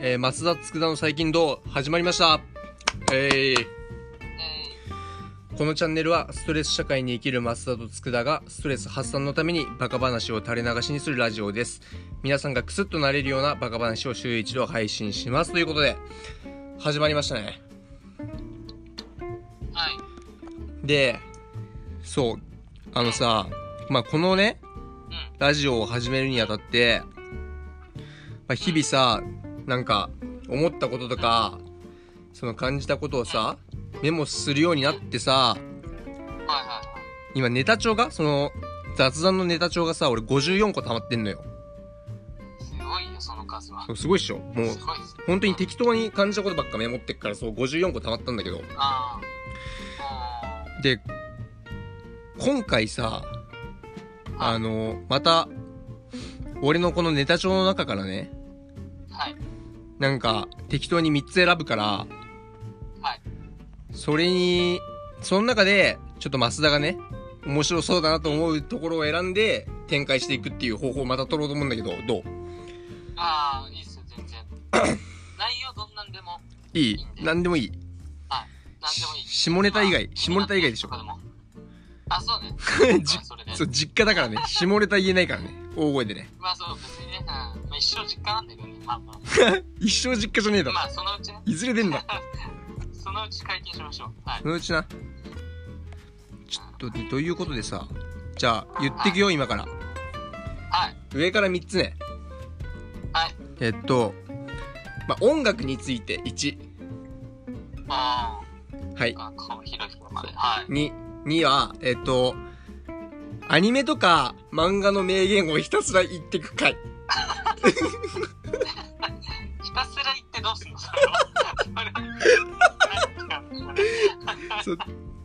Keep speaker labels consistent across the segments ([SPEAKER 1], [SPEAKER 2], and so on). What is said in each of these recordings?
[SPEAKER 1] えー、松田佃の最近どう始まりました。えーこのチャンネルはストレス社会に生きる増田と佃がストレス発散のためにバカ話を垂れ流しにするラジオです。皆さんがクスッとなれるようなバカ話を週一度配信しますということで始まりましたね。
[SPEAKER 2] うん。はい。
[SPEAKER 1] で、そう、あのさ、まあ、このね、
[SPEAKER 2] う
[SPEAKER 1] ラジオを始めるにあたって、まあ、日々さ、なんか、思ったこととか、その感じたことをさ、メモするようになってさ、
[SPEAKER 2] ん。はいはい
[SPEAKER 1] 今ネタ帳が、その、雑談のネタ帳がさ、俺54個溜まってんのよ。
[SPEAKER 2] はい。すごいよ、その数は
[SPEAKER 1] そ。うすごいっしょもう
[SPEAKER 2] す、ごいですね。
[SPEAKER 1] 本当に適当に感じたことばっかメモってっから、そう、54個溜まったんだけど。
[SPEAKER 2] ああ。
[SPEAKER 1] で、今回さ、あの、また、俺のこのネタ帳の中からね、
[SPEAKER 2] おーはい。
[SPEAKER 1] なんか、適当に3つ選ぶから、
[SPEAKER 2] はい。
[SPEAKER 1] それに、その中で、ちょっと増田がね、面白そうだなと思うところを選んで、展開していくっていう方法をまた取ろうと思うんだけど、どう
[SPEAKER 2] ああ、いいっすよ、全 然。内容どんなんでも、
[SPEAKER 1] いい何でもいい。
[SPEAKER 2] なんでもいい。
[SPEAKER 1] し下ネタ以外
[SPEAKER 2] まあ
[SPEAKER 1] 下ネタ以外でしょ
[SPEAKER 2] 気になってる人とかでもあ、そうね。
[SPEAKER 1] じ
[SPEAKER 2] まあそれで。
[SPEAKER 1] そう、実家だからね、下ネタ言えないからね、大声でね。
[SPEAKER 2] まあそう、別にね、うんまあ、一生実家なんだけどね。まあま
[SPEAKER 1] 一生実家じゃねえだろ。
[SPEAKER 2] あ、まあそのうちね、
[SPEAKER 1] いずれ出んだ。
[SPEAKER 2] そのうち解禁しましょう。はい
[SPEAKER 1] そ。のうちな。ちょっとね、ということでさ、じゃあ、言ってくよ、今から。
[SPEAKER 2] はい。
[SPEAKER 1] 上から3つね。
[SPEAKER 2] はい。
[SPEAKER 1] えっと、まあ、音楽について1。
[SPEAKER 2] あ
[SPEAKER 1] はい。
[SPEAKER 2] あ、顔広い人まで。はい。
[SPEAKER 1] 2、2は、えっと、アニメとか漫画の名言をひたすら言ってく回。
[SPEAKER 2] ひたすら言ってどうすんのそれは。
[SPEAKER 1] そう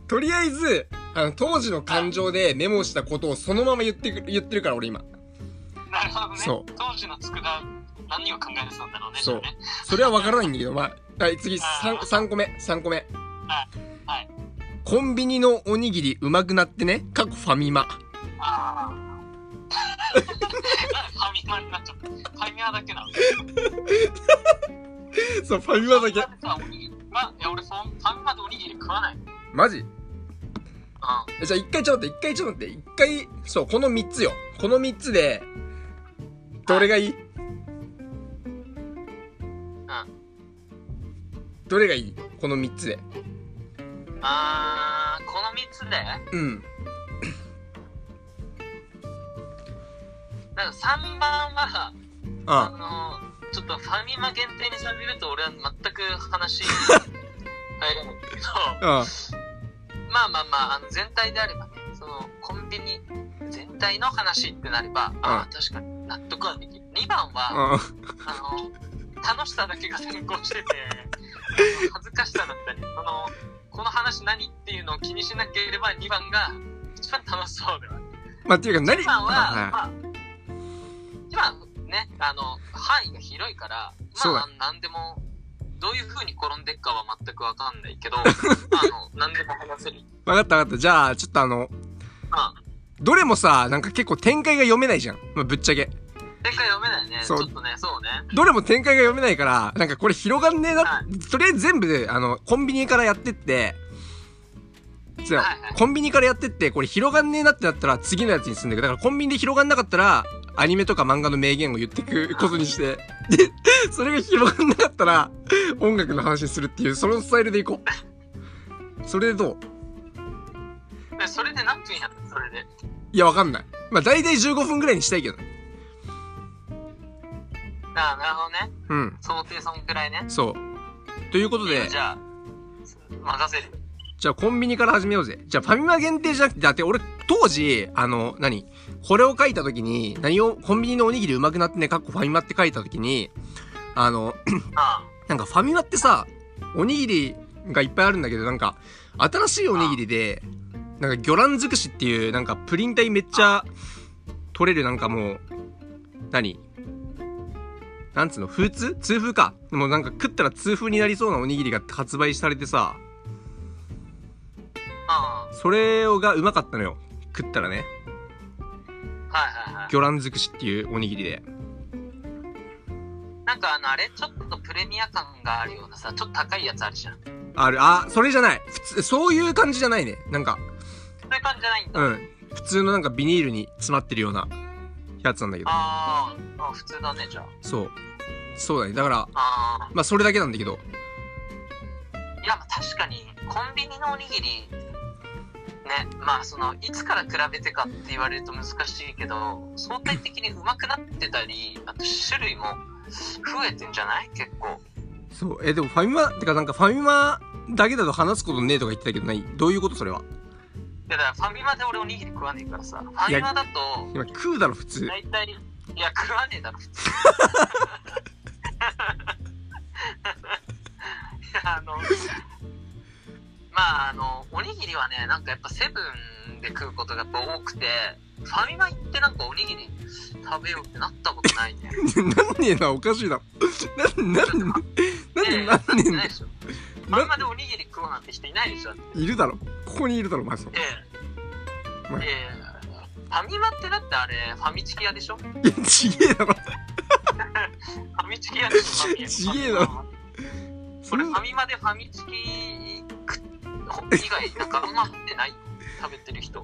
[SPEAKER 1] とりあえず、あの、当時の感情でメモしたことをそのまま言ってく、言ってるから、俺今。
[SPEAKER 2] なるほどね。
[SPEAKER 1] そう
[SPEAKER 2] 当時の佃何を考えてたんだろうね。
[SPEAKER 1] そう
[SPEAKER 2] じゃあね
[SPEAKER 1] それはわからないんだけど、まあ、はい、次、
[SPEAKER 2] あー
[SPEAKER 1] 3、三個目、3個目。
[SPEAKER 2] はい。
[SPEAKER 1] コンビニのおにぎりうまくなってね、過去ファミマ。
[SPEAKER 2] ああ。なんでファミマになっちゃった。ファミマだけなの。
[SPEAKER 1] そう、ファミマだけ
[SPEAKER 2] ファ。ミマでさおにぎりまいや俺ファファミマでおにぎり食わない。うん。
[SPEAKER 1] マジえじゃあ一回ちょっと待って、一回ちょっと待って、一回、そう、この3つよ。この3つで、どれがいいどれがいいこの3つで。
[SPEAKER 2] あー、この3つで、
[SPEAKER 1] うん。
[SPEAKER 2] なんか3番は、
[SPEAKER 1] ああ
[SPEAKER 2] あのー、ちょっとファミマ限定にされると俺は全く話 入らないんだけど、
[SPEAKER 1] あ
[SPEAKER 2] まあまあまあ、あの全体であればね、そのコンビニ全体の話ってなれば、ああ、確かに納得はできる。2番は、
[SPEAKER 1] あ、
[SPEAKER 2] あの、楽しさだけが先行してて、 あの恥ずかしさだったり、その、この話何っていうのを気にしなければ2番が一番楽しそうではある。
[SPEAKER 1] まあ、っていうか何、
[SPEAKER 2] 1番は、
[SPEAKER 1] あ
[SPEAKER 2] まあ、今ね、あの、範囲が広いから、
[SPEAKER 1] そう
[SPEAKER 2] ま
[SPEAKER 1] だ
[SPEAKER 2] あ、何でも、どういう風に転んでっかは全くわかんない けど、あの、何でも話せる。
[SPEAKER 1] わかったわかった。じゃあ、ちょっとあの、
[SPEAKER 2] まあ、
[SPEAKER 1] どれもさ、なんか結構展開が読めないじゃん。まあ、ぶっちゃけ。
[SPEAKER 2] 展開読めないね。ち
[SPEAKER 1] そ
[SPEAKER 2] ょ
[SPEAKER 1] う
[SPEAKER 2] っとね、そうね。
[SPEAKER 1] どれも展開が読めないから、なんかこれ広がんねえな。
[SPEAKER 2] は
[SPEAKER 1] とりあえず全部で、あの、コンビニからやってって、そう
[SPEAKER 2] はいはい
[SPEAKER 1] コンビニからやってって、これ広がんねえなってなったら次のやつにするんだけど、だからコンビニで広がんなかったら、アニメとか漫画の名言を言ってくことにして、で、それが広がんなかったら、音楽の話にするっていう、そのスタイルでいこう。それでどう
[SPEAKER 2] でそれで何分やったそれで。
[SPEAKER 1] いや、わかんない。まあ、大体15分ぐらいにしたいけどね。
[SPEAKER 2] ああ、なるほどね。
[SPEAKER 1] うん。
[SPEAKER 2] 想定そんくらいね。
[SPEAKER 1] そう。ということで
[SPEAKER 2] じ、ゃあ、任せる。
[SPEAKER 1] じゃあコンビニから始めようぜ。じゃあファミマ限定じゃなくて、だって俺当時、あの、何これを書いた時に、何を、コンビニのおにぎりうまくなってね、かっこファミマって書いた時に、あの、
[SPEAKER 2] あ
[SPEAKER 1] なんかファミマってさ、おにぎりがいっぱいあるんだけど、なんか、新しいおにぎりで、なんか魚卵尽くしっていう、なんかプリン体めっちゃ取れる、なんかもう、何なんつうの風通通風か。もうなんか食ったら通風になりそうなおにぎりが発売されてさ、
[SPEAKER 2] あ、
[SPEAKER 1] それをがうまかったのよ食ったらね
[SPEAKER 2] うん。はいはいはい。
[SPEAKER 1] 魚卵尽くしっていうおにぎりで
[SPEAKER 2] なんかあの、あれ、ちょっとププレミア感があるようなさちょっと高いやつあるじゃんそう
[SPEAKER 1] ある、あ、それじゃない。普通、そういう感じじゃないね。なんか、
[SPEAKER 2] いう感じじゃないんだ、
[SPEAKER 1] うん。普通のなんかビニールに詰まってるようなやつなんだけど。
[SPEAKER 2] あーあ普通だねじゃあ
[SPEAKER 1] そう。そうだね。だから、
[SPEAKER 2] あ
[SPEAKER 1] まあそれだけなんだけど。
[SPEAKER 2] ーいやまあ確かにコンビニのおにぎりねまあそのいつから比べてかって言われると難しいけど相対的にうまくなってたりあと種類も増えてんじゃない結構
[SPEAKER 1] そう。え、でもファミマ、てかなんかファミマだけだと話すことねえとか言ってたけど、ないどういうことそれは。
[SPEAKER 2] だからファミマで俺おにぎり食わねえからさファミマだと
[SPEAKER 1] 今食うだろ、普通。
[SPEAKER 2] 大体いや食わねえだろ普通いやあのまああのおにぎりはねなんかやっぱセブンで食うことがやっぱ多くてファミマ行ってなんかおにぎり食べようってなったことないね
[SPEAKER 1] なんねえな、おかしいな。 なん、なん、なんで、なんねえんだ
[SPEAKER 2] い
[SPEAKER 1] よ
[SPEAKER 2] でしょファミ
[SPEAKER 1] な
[SPEAKER 2] マでおにぎり食うなんて人いないでしょだって
[SPEAKER 1] いるだろ。ここにいるだろ、マジで。
[SPEAKER 2] え
[SPEAKER 1] まあ
[SPEAKER 2] えええファミマってだってあれファミチキ屋でしょ
[SPEAKER 1] いや、ちげえだろ。
[SPEAKER 2] ファミチキ屋でしょファミ
[SPEAKER 1] ちげえだろそ
[SPEAKER 2] 俺
[SPEAKER 1] れ
[SPEAKER 2] ファミマでファミチキ以外なんかあんまってない食べてる人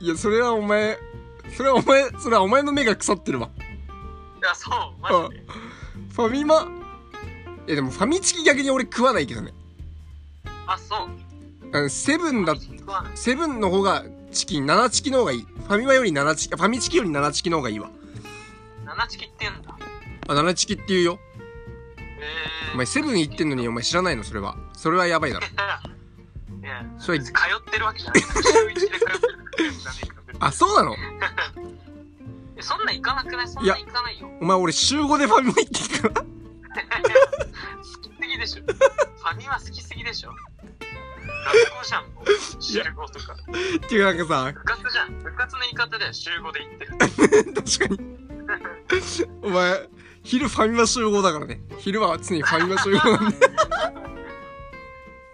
[SPEAKER 1] いや、それはお前、それはお前、それはお前の目が腐ってるわ。
[SPEAKER 2] いやそうマジで
[SPEAKER 1] ファミマ、え、でもファミチキ逆に俺食わないけどね。
[SPEAKER 2] あそう
[SPEAKER 1] うんセブン
[SPEAKER 2] ファ
[SPEAKER 1] だ
[SPEAKER 2] ミ、チキ食わない
[SPEAKER 1] セブンの方がチキン、7チキの方がいい。ファミマより7チキ、ファミチキより7チキの方がいいわ。
[SPEAKER 2] 七チキって言うんだ
[SPEAKER 1] あ、7チキって言うよ。
[SPEAKER 2] え
[SPEAKER 1] お前セブン行ってんのにお前知らないのそれは。それはやばいだろ。
[SPEAKER 2] いや
[SPEAKER 1] それ
[SPEAKER 2] 通ってるわけじゃない週一で通ってるわけじゃないから
[SPEAKER 1] あ、そうなの
[SPEAKER 2] えそんな行かなくないそんな行かないよ
[SPEAKER 1] お前俺週5でファミマ行ってるから。
[SPEAKER 2] 好きすぎでし ょファミマ好きすぎでしょ学校じゃんもう集合とか
[SPEAKER 1] っていうかなんかさ、
[SPEAKER 2] 部活じゃん部活の言い方では集合で行ってる
[SPEAKER 1] 確かに。お前、昼ファミマ集合だからね。昼は常にファミマ集合なんで。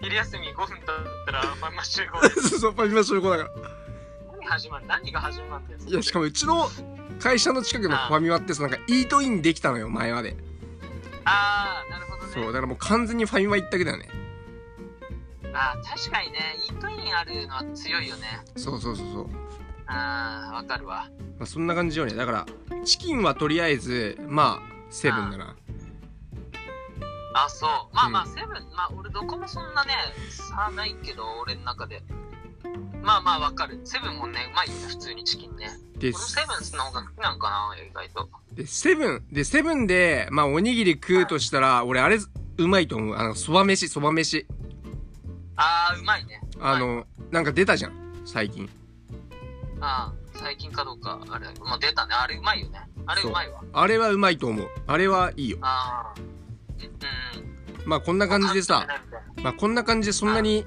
[SPEAKER 2] 昼休み5分経ったらファミマ集合で
[SPEAKER 1] そうそう、ファミマ集合だから。
[SPEAKER 2] 何始まる何が始まるんだよ
[SPEAKER 1] いや、しか
[SPEAKER 2] も
[SPEAKER 1] もうちの会社の近くのファミマってさ、なんかイートインできたのよ、前まで。
[SPEAKER 2] ああなるほどね
[SPEAKER 1] そう、だからもう完全にファミマ行ったけだよね。
[SPEAKER 2] あー確かにねイートインあるのは強いよね
[SPEAKER 1] そうそうそうそう。
[SPEAKER 2] あーわかるわ
[SPEAKER 1] まあ、そんな感じよねだからチキンはとりあえずまあセブンだな
[SPEAKER 2] あそうまあまあ、
[SPEAKER 1] う
[SPEAKER 2] セブンまあ俺どこもそんなね差ないけど俺の中でまあまあわかるセブンもねうまいよね普通にチキンね
[SPEAKER 1] で
[SPEAKER 2] 俺もセブンスの方が好きなんかな意外と
[SPEAKER 1] でセブンでセブンでまあおにぎり食うとしたら俺あれうまいと思うあのそば飯そば飯
[SPEAKER 2] ああうまいね
[SPEAKER 1] あ
[SPEAKER 2] はい
[SPEAKER 1] のなんか出たじゃん最近
[SPEAKER 2] あー最近かどうかあれまあ出たねあれうまいよねあれうまいわ
[SPEAKER 1] あれはうまいと思うあれはいいよ
[SPEAKER 2] ああうんうん
[SPEAKER 1] まあこんな感じでさまあこんな感じでそんなに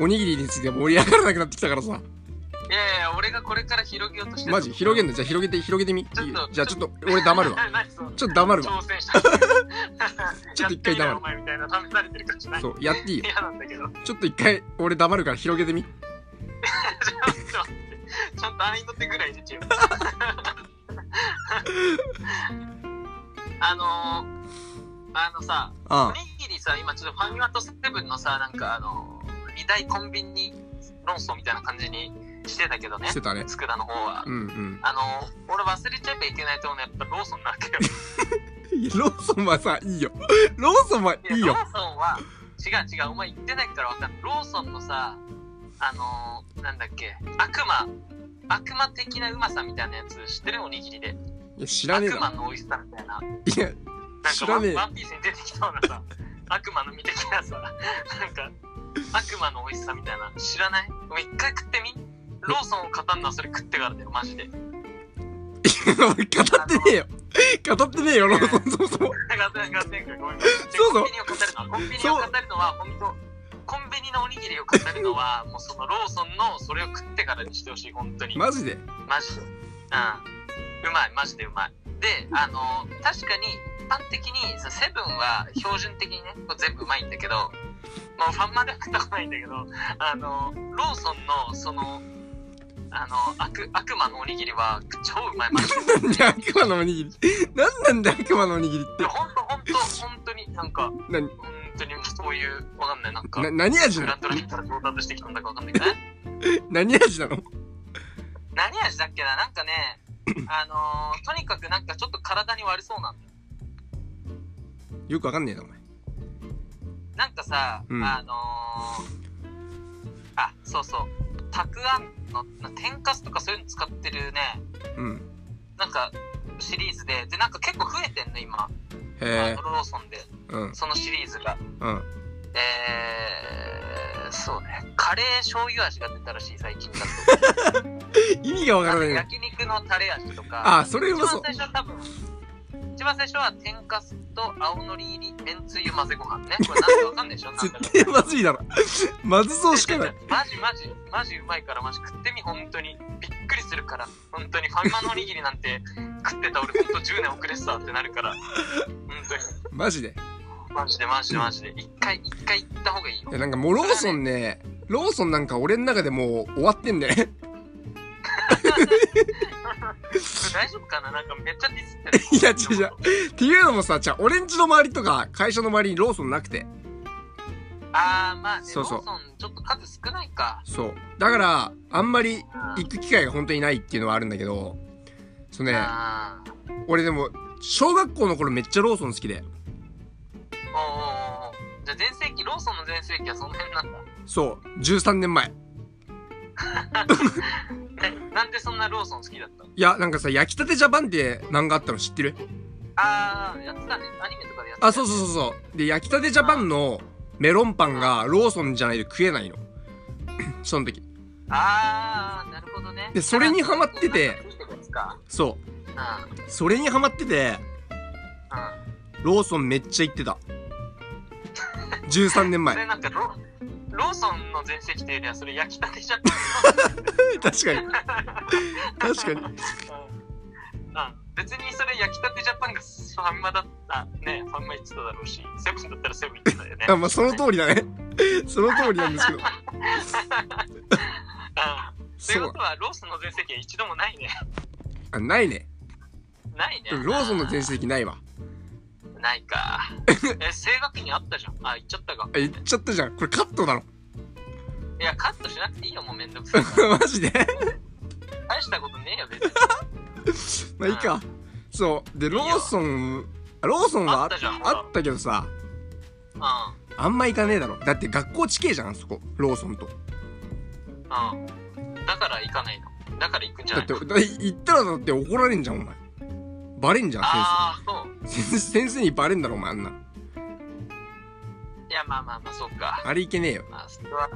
[SPEAKER 1] おにぎりについて盛り上がらなくなってきたからさ
[SPEAKER 2] いやいや、俺がこれから広げようとしてる
[SPEAKER 1] マジ広げん
[SPEAKER 2] の
[SPEAKER 1] のじゃあ広げて広げてみ
[SPEAKER 2] ちょっと
[SPEAKER 1] じゃあちょっと俺黙るわ
[SPEAKER 2] 何その
[SPEAKER 1] ちょっと黙るわ
[SPEAKER 2] 挑戦した。
[SPEAKER 1] ちょっと一回黙る
[SPEAKER 2] やてみろお前みたいな試されてる感じない。
[SPEAKER 1] そうやっていいよ
[SPEAKER 2] 嫌なんだけど。ちょっ
[SPEAKER 1] ちょっと一回俺黙るから広げてみ
[SPEAKER 2] と待ってちょっと合いの手ぐらいでちゅう。 あのー、あのさ、お
[SPEAKER 1] あ
[SPEAKER 2] にぎりさ、今ちょっとファミマとセブンのさ、なんかあのー、二大コンビニ論争みたいな感じにしてたけど
[SPEAKER 1] あ
[SPEAKER 2] ね
[SPEAKER 1] し、てたね
[SPEAKER 2] 佃の方は。
[SPEAKER 1] うんうん
[SPEAKER 2] あのー、俺忘れちゃえばいけないと思うのはやっぱローソンなわけよ。
[SPEAKER 1] いやローソンはさいいよローソンはい
[SPEAKER 2] いや
[SPEAKER 1] い
[SPEAKER 2] ロ
[SPEAKER 1] よ
[SPEAKER 2] ーソンは違う違うお前言ってないから分かんないローソンのさあのー、なんだっけ悪魔悪魔的なうまさみたいなやつ知ってるおにぎりで
[SPEAKER 1] いや知らねえ
[SPEAKER 2] 悪魔
[SPEAKER 1] だ
[SPEAKER 2] の美味しさみたいななん
[SPEAKER 1] いや知
[SPEAKER 2] からワ
[SPEAKER 1] ね
[SPEAKER 2] ン
[SPEAKER 1] え
[SPEAKER 2] ワンピースに出てきそうなさ悪魔の実的なさなんか悪魔の美味しさみたいな知らないお前一回食ってみローソンを語るのはそれ食ってからだよマジで
[SPEAKER 1] 語ってねえよ語ってねえよローソンそもそも
[SPEAKER 2] ガテンガテンごめん
[SPEAKER 1] そうそう
[SPEAKER 2] コンビニを語るのはコンビニを語るのは本当コンビニのおにぎりを語るのはもうそのローソンのそれを食ってからにしてほしい本当に
[SPEAKER 1] マジで
[SPEAKER 2] マジでうんうまいマジでうまいであの確かに一般的にさセブンは標準的にねこう全部うまいんだけどまあファンまでは食ったことないんだけどあのローソンのそのあの悪悪魔のおにぎりは超うまいマジで
[SPEAKER 1] なんで悪魔のおにぎりなんなんだよ悪魔のおにぎりっ
[SPEAKER 2] い
[SPEAKER 1] て
[SPEAKER 2] やほんとほんと本当になんか、
[SPEAKER 1] な
[SPEAKER 2] 本当にそういう、わかんない、なんか
[SPEAKER 1] な、何味
[SPEAKER 2] グ
[SPEAKER 1] なの
[SPEAKER 2] ランドラインから到達してきたんだかわかんないけどね。
[SPEAKER 1] 何味なの
[SPEAKER 2] 何味だっけななんか ね、あのーとにかくなんかちょっと体に悪そうなんだよ。
[SPEAKER 1] よくわかんねえな、お前。
[SPEAKER 2] なんかさ、
[SPEAKER 1] うん
[SPEAKER 2] あのーあ、そうそう、たくあんの、な天かすとかそういうの使ってるね、
[SPEAKER 1] うん。
[SPEAKER 2] なんか、シリーズで、で、なんか結構増えてんの、今。あ
[SPEAKER 1] へえ
[SPEAKER 2] の、ローソンで、
[SPEAKER 1] うん、
[SPEAKER 2] そのシリーズが。
[SPEAKER 1] うん。
[SPEAKER 2] えー、そうね。カレー醤油味が出たらしい、最近だ
[SPEAKER 1] 意味がわ
[SPEAKER 2] と。
[SPEAKER 1] から
[SPEAKER 2] あと
[SPEAKER 1] ないな。
[SPEAKER 2] 焼肉のタレ味とか。
[SPEAKER 1] あ、それうま
[SPEAKER 2] 一番
[SPEAKER 1] そう。
[SPEAKER 2] 最初は多分、一番最初は天かすと青のり入り、めんつゆ混ぜご飯ね。これなんかわかんないで しょなんか
[SPEAKER 1] 絶対まずいだろ。まずそうしかない。
[SPEAKER 2] マジマジ、マジうまいから、マジ食ってみ、本当に。びっくりするから。本当に、ファミマのおにぎりなんて 食ってた俺、本当10年遅れてたってなるから。本当に。
[SPEAKER 1] マジで。
[SPEAKER 2] マジでマジでマジで。一回、一回行った方がいいよ
[SPEAKER 1] い。やなんかもうローソンね、ローソンなんか俺の中でもう終わってんだよね。
[SPEAKER 2] 大丈夫かななんかめっちゃディスってる。
[SPEAKER 1] いや違う違うっていうのもさ、じゃあ俺んちの周りとか会社の周りにローソンなくて。
[SPEAKER 2] あー、まあね、
[SPEAKER 1] そうそう
[SPEAKER 2] ローソンちょっと数少ないか。
[SPEAKER 1] そう。だから、あんまり
[SPEAKER 2] うん
[SPEAKER 1] 行く機会が本当にないっていうのはあるんだけど、そうね、
[SPEAKER 2] あー
[SPEAKER 1] 俺でも、小学校の頃めっちゃローソン好きで。
[SPEAKER 2] おーおーおーじゃあ全盛期、ローソンの全盛期はその辺なんだ。
[SPEAKER 1] そう、13年前。
[SPEAKER 2] え、なんでそんなローソン好きだったの
[SPEAKER 1] いや、なんかさ、焼きたてジャパンって漫画あったの知ってる
[SPEAKER 2] あー、やってたね。アニメとかでやってた。
[SPEAKER 1] あ、そうそうそうそう。で、焼きたてジャパンのメロンパンがローソンじゃないと食えないの。 その時。
[SPEAKER 2] あー、なるほどね。
[SPEAKER 1] でそれにハマってて
[SPEAKER 2] なんかそういうことですか
[SPEAKER 1] そ
[SPEAKER 2] うん。うん。
[SPEAKER 1] う。それにハマってて、ローソンめっちゃ行ってた。13年
[SPEAKER 2] そ
[SPEAKER 1] 前。
[SPEAKER 2] れなんかロ、ローソンの全盛期というよりは、それ焼きたてじゃっ
[SPEAKER 1] 確かに。確かに。
[SPEAKER 2] うん別にそれ焼きたてジャパンがファミマだったねファミマ行ってただろうしセブンだったらセブン行ってたよね
[SPEAKER 1] あ、まあ、その通りだね。その通りなんですけど。
[SPEAKER 2] うんと
[SPEAKER 1] そ
[SPEAKER 2] いう
[SPEAKER 1] う
[SPEAKER 2] こと。はローソンの全席は一度もないね
[SPEAKER 1] あ、ないね。
[SPEAKER 2] ないね
[SPEAKER 1] でもローソンの全席ないわ。
[SPEAKER 2] ないか え正学にあったじゃんあ行っちゃったか
[SPEAKER 1] あ、言っちゃったじゃん。これカットだろ。
[SPEAKER 2] いやカットしなくていいよもうめんどくさいか
[SPEAKER 1] マジで
[SPEAKER 2] ら大したことねえよ別に
[SPEAKER 1] まあいいか。そう。で、ローソン、あローソンは
[SPEAKER 2] あ
[SPEAKER 1] あ
[SPEAKER 2] ったじゃんほら
[SPEAKER 1] あったけどさ、
[SPEAKER 2] う
[SPEAKER 1] あんま行かねえだろ。だって学校地形じゃん、あそこ。ローソンと。
[SPEAKER 2] んうんだから行かないのだから行くんじゃ
[SPEAKER 1] だ
[SPEAKER 2] な
[SPEAKER 1] っ
[SPEAKER 2] い
[SPEAKER 1] て、
[SPEAKER 2] の
[SPEAKER 1] だ行ったらだって怒られんじゃん、お前。バレんじゃん、
[SPEAKER 2] ああそう
[SPEAKER 1] 先生。先 生先生にバレんだろ、お前、あんな。
[SPEAKER 2] いやまあまあまあそうか
[SPEAKER 1] あれいけねえよ。
[SPEAKER 2] まあ、それは、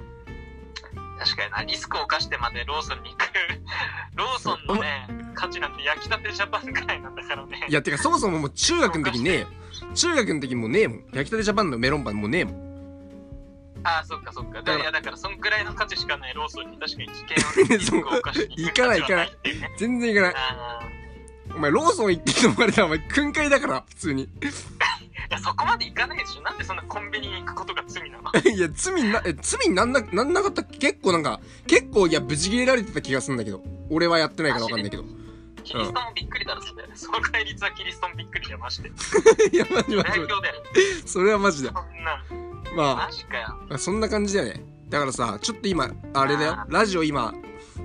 [SPEAKER 2] 確かにな、リスクを冒してまでローソンに行く。 ローソンのね、価値なんて焼きたてジャパンくらいなんだからね。
[SPEAKER 1] いや、てかそもそももう中学の時ねえよ。中学の時もうねえもん。焼きたてジャパンのメロンパンもうねえもん。
[SPEAKER 2] ああ、そっかそっか。
[SPEAKER 1] だか
[SPEAKER 2] だ
[SPEAKER 1] ら
[SPEAKER 2] いや、だから、そんくらいの価値しかないローソンに確かに 危険を、ね、リスクを冒して
[SPEAKER 1] 行かない行かない
[SPEAKER 2] 行っていうね。
[SPEAKER 1] 全然いかない。
[SPEAKER 2] あ
[SPEAKER 1] お前、ローソン行ってきてもあれだ、お前、訓戒だから、普通に。
[SPEAKER 2] ーいや、そこまで行かないでしょ。なんでそんなコンビニに行くことが罪なの
[SPEAKER 1] いや、罪にな、え、罪になんな、なんなかったっけ結構なんか、結構、いや、無事切れられてた気がするんだけど。俺はやってないからわかんないけど。
[SPEAKER 2] キリストもびっくりだろ、そ れ。その倍率はキリストもびっくりだよ、マジで。
[SPEAKER 1] いや、マジマジ
[SPEAKER 2] 大
[SPEAKER 1] マジ。
[SPEAKER 2] 凶だよ。
[SPEAKER 1] それはマジだ。
[SPEAKER 2] そんな、
[SPEAKER 1] ま
[SPEAKER 2] マジかよ。
[SPEAKER 1] あ、そんな感じだよね。だからさ、ちょっと今、あれだよ
[SPEAKER 2] あ。
[SPEAKER 1] ラジオ今、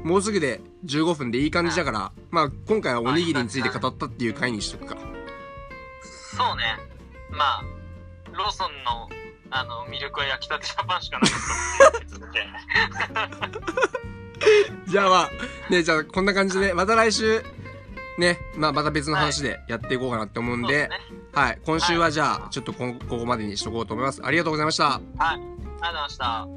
[SPEAKER 1] もうすぐで15分でいい感じだから、まあ、今回はおにぎりについて語ったっていう回にしとくか。
[SPEAKER 2] そうね。まあ、ローソンのあの魅力は焼きたてジャパンしかなかったですので。
[SPEAKER 1] じゃあまあ、ね、じゃあこんな感じで、また来週、ね、まあまた別の話でやっていこうかなって思うん
[SPEAKER 2] そう
[SPEAKER 1] で、
[SPEAKER 2] ですね。
[SPEAKER 1] はい、今週はじゃ
[SPEAKER 2] は
[SPEAKER 1] あ、
[SPEAKER 2] い
[SPEAKER 1] ちょっとこここまでにしとこうと思います。ありがとうございました。
[SPEAKER 2] はい。ありがとうございました。